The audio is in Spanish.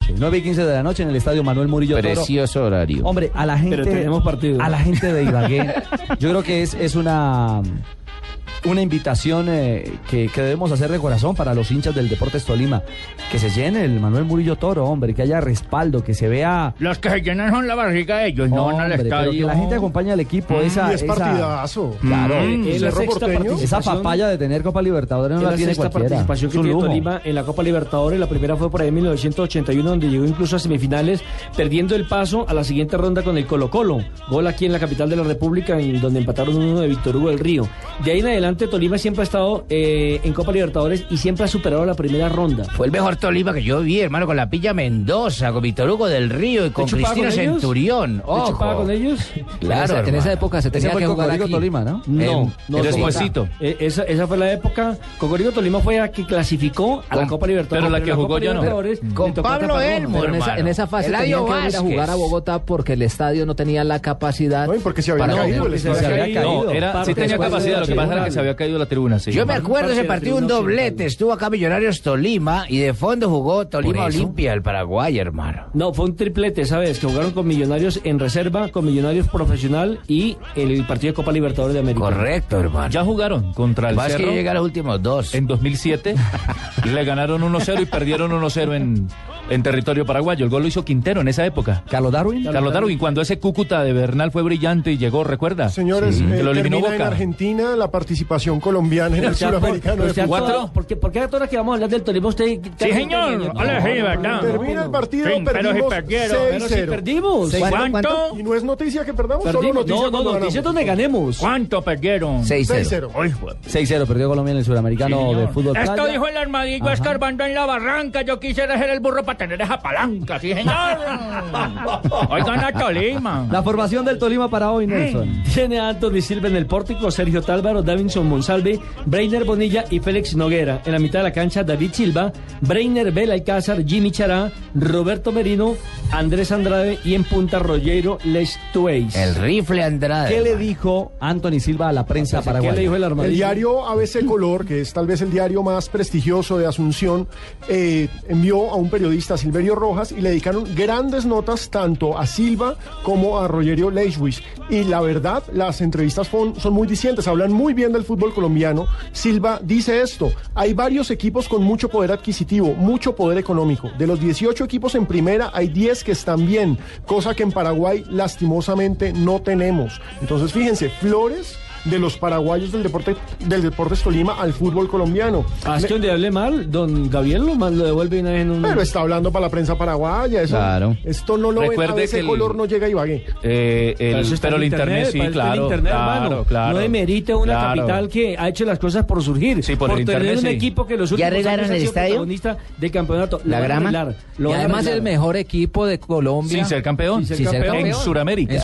noche. 9 y 15 de la noche en el estadio Manuel Murillo Toro. Precioso horario. Hombre, a la Pero gente, tenemos partido. a la gente de Ibagué, yo creo que es, es una, una invitación eh, que, que debemos hacer de corazón para los hinchas del Deportes Tolima. Que se llene el Manuel Murillo Toro, hombre, que haya respaldo, que se vea. Los que se llenan son la barriga de ellos, no Mm, van al hombre, pero que estadio. la gente acompañe al equipo. esa, Y es esa- partidazo. Claro, Mm. ¿El Cerro Porteño? esa papaya de tener Copa Libertadores no Es la, la tiene sexta cualquiera. participación Es que un tiene lujo. Tolima en la Copa Libertadores. La primera fue por ahí en 1981, donde llegó incluso a semifinales, perdiendo el paso a la siguiente ronda con el Colo-Colo. Gol aquí en la capital de la República, en donde empataron uno de Víctor Hugo del Río. De ahí en adelante, Tolima siempre ha estado eh, en Copa Libertadores y siempre ha superado la primera ronda. Fue el mejor Tolima que yo vi, hermano, con la pilla Mendoza, con Víctor Hugo del Río y con chupaba Cristina con ellos? Centurión. ¿De hecho, paga Ojo. con ellos? En Claro, esa- en esa hermano. época se Ese tenía fue que el jugar Cocorico aquí. Tolima, ¿no? En- No, no. en no. Despuésito. Eh, esa, esa fue la época. Cocorico Tolima fue la que clasificó a la Con- Copa Libertadores. pero la que Copa jugó ya no. Libertadores le Con tocó a Pablo Tapalón. Elmo, Pero en esa, hermano. en esa fase tenían Eladio que ir a Vázquez. jugar a Bogotá porque el estadio no tenía la capacidad. No, y porque se había para caído jugar. el Se estadio. había No, caído. No, era, sí Parte después tenía de capacidad, la lo que pasa era que tribuna. se había caído la tribuna, sí. Yo me Marco acuerdo ese García, partido, un tribuna doblete. occidental. Estuvo acá Millonarios Tolima y de fondo jugó Tolima Por eso. Olimpia, el Paraguay, hermano. No, fue un triplete, ¿sabes? Que jugaron con Millonarios en reserva, con Millonarios profesional y el partido de Copa Libertadores de América. Correcto, hermano. Ya jugaron contra el Más que Cerro llega a los últimos dos. en 2007. le ganaron 1-0 y perdieron 1-0 en, en territorio paraguayo. El gol lo hizo Quintero en esa época. Carlos Darwin. Carlos Darwin, cuando ese Cúcuta de Bernal fue brillante y llegó, ¿recuerda? Señores, Sí. eh, que lo eliminó termina en Boca. Argentina la participación colombiana en el Usted a toda- suramericano de usted a fútbol. toda- Cuatro. ¿Por qué, por qué a todas las que vamos a hablar del Tolima usted... Sí, señor. Hola, sí, bacán. Termina el partido, Sí, pero si perdimos perdieron, Pero si 6-0. perdimos. ¿Cuánto- cuánto? Y no es noticia que perdamos, solo Perdimos. noticia No, no, cuando noticia es ganamos. donde ganemos. ¿Cuánto perdieron? 6-0. 6-0. 6-0 perdió Colombia en el Suramericano de Fútbol Esto playa. dijo el armadillo Ajá. escarbando en la barranca. Yo quisiera ser el burro para tener esa palanca, sí, señor. Hoy gana Tolima. La formación del Tolima para hoy, Nelson. Tiene a Anthony Silva en el pórtico, Sergio Tálvaro, Davinson Monsalve, Breiner Bonilla y Félix Noguera. En la mitad de la cancha, David Silva, Breiner Bel Alcázar, Jimmy Chará, Roberto Merino, Andrés Andrade y en punta, Rogero Les Tueis. El rifle Andrade. ¿Qué le dijo Anthony Silva a la prensa ¿Qué paraguaya? le dijo el armadillo? El diario ABC Color, que es tal vez el diario más prestigioso de Asunción, eh, envió a un periodista, Silverio Rojas, y le dedicaron grandes notas tanto a Silva como a Rogerio Leiswich. Y la verdad, las entrevistas fon- son, muy discientes, hablan muy bien del fútbol colombiano. Silva dice esto, hay varios equipos con mucho poder adquisitivo, mucho poder económico. De los 18 equipos en primera, hay 10 que están bien, cosa que en Paraguay lastimosamente no tenemos. Entonces, fíjense, Flores de los paraguayos del deporte del Deportes Tolima al fútbol colombiano. Haz Ah, que donde hable mal, don Gabriel lo, mal- lo devuelve una vez en un... Pero está hablando para la prensa paraguaya, eso, Claro. esto no lo ven, a Recuerde veces que el- color no llega a Ibagué. Eh, el- Para eso está pero el internet, para sí, eso está el claro. internet, claro, hermano. claro. No demerite una Claro. capital que ha hecho las cosas por surgir. Sí, por el tener internet, un sí. equipo que los últimos arreglaron años ha el sido estadio? protagonista del campeonato. Lo ¿La van a grama? arreglar, lo Y van a además arreglar. el mejor equipo de Colombia. Sin ser campeón. Sin ser En campeón. Sudamérica.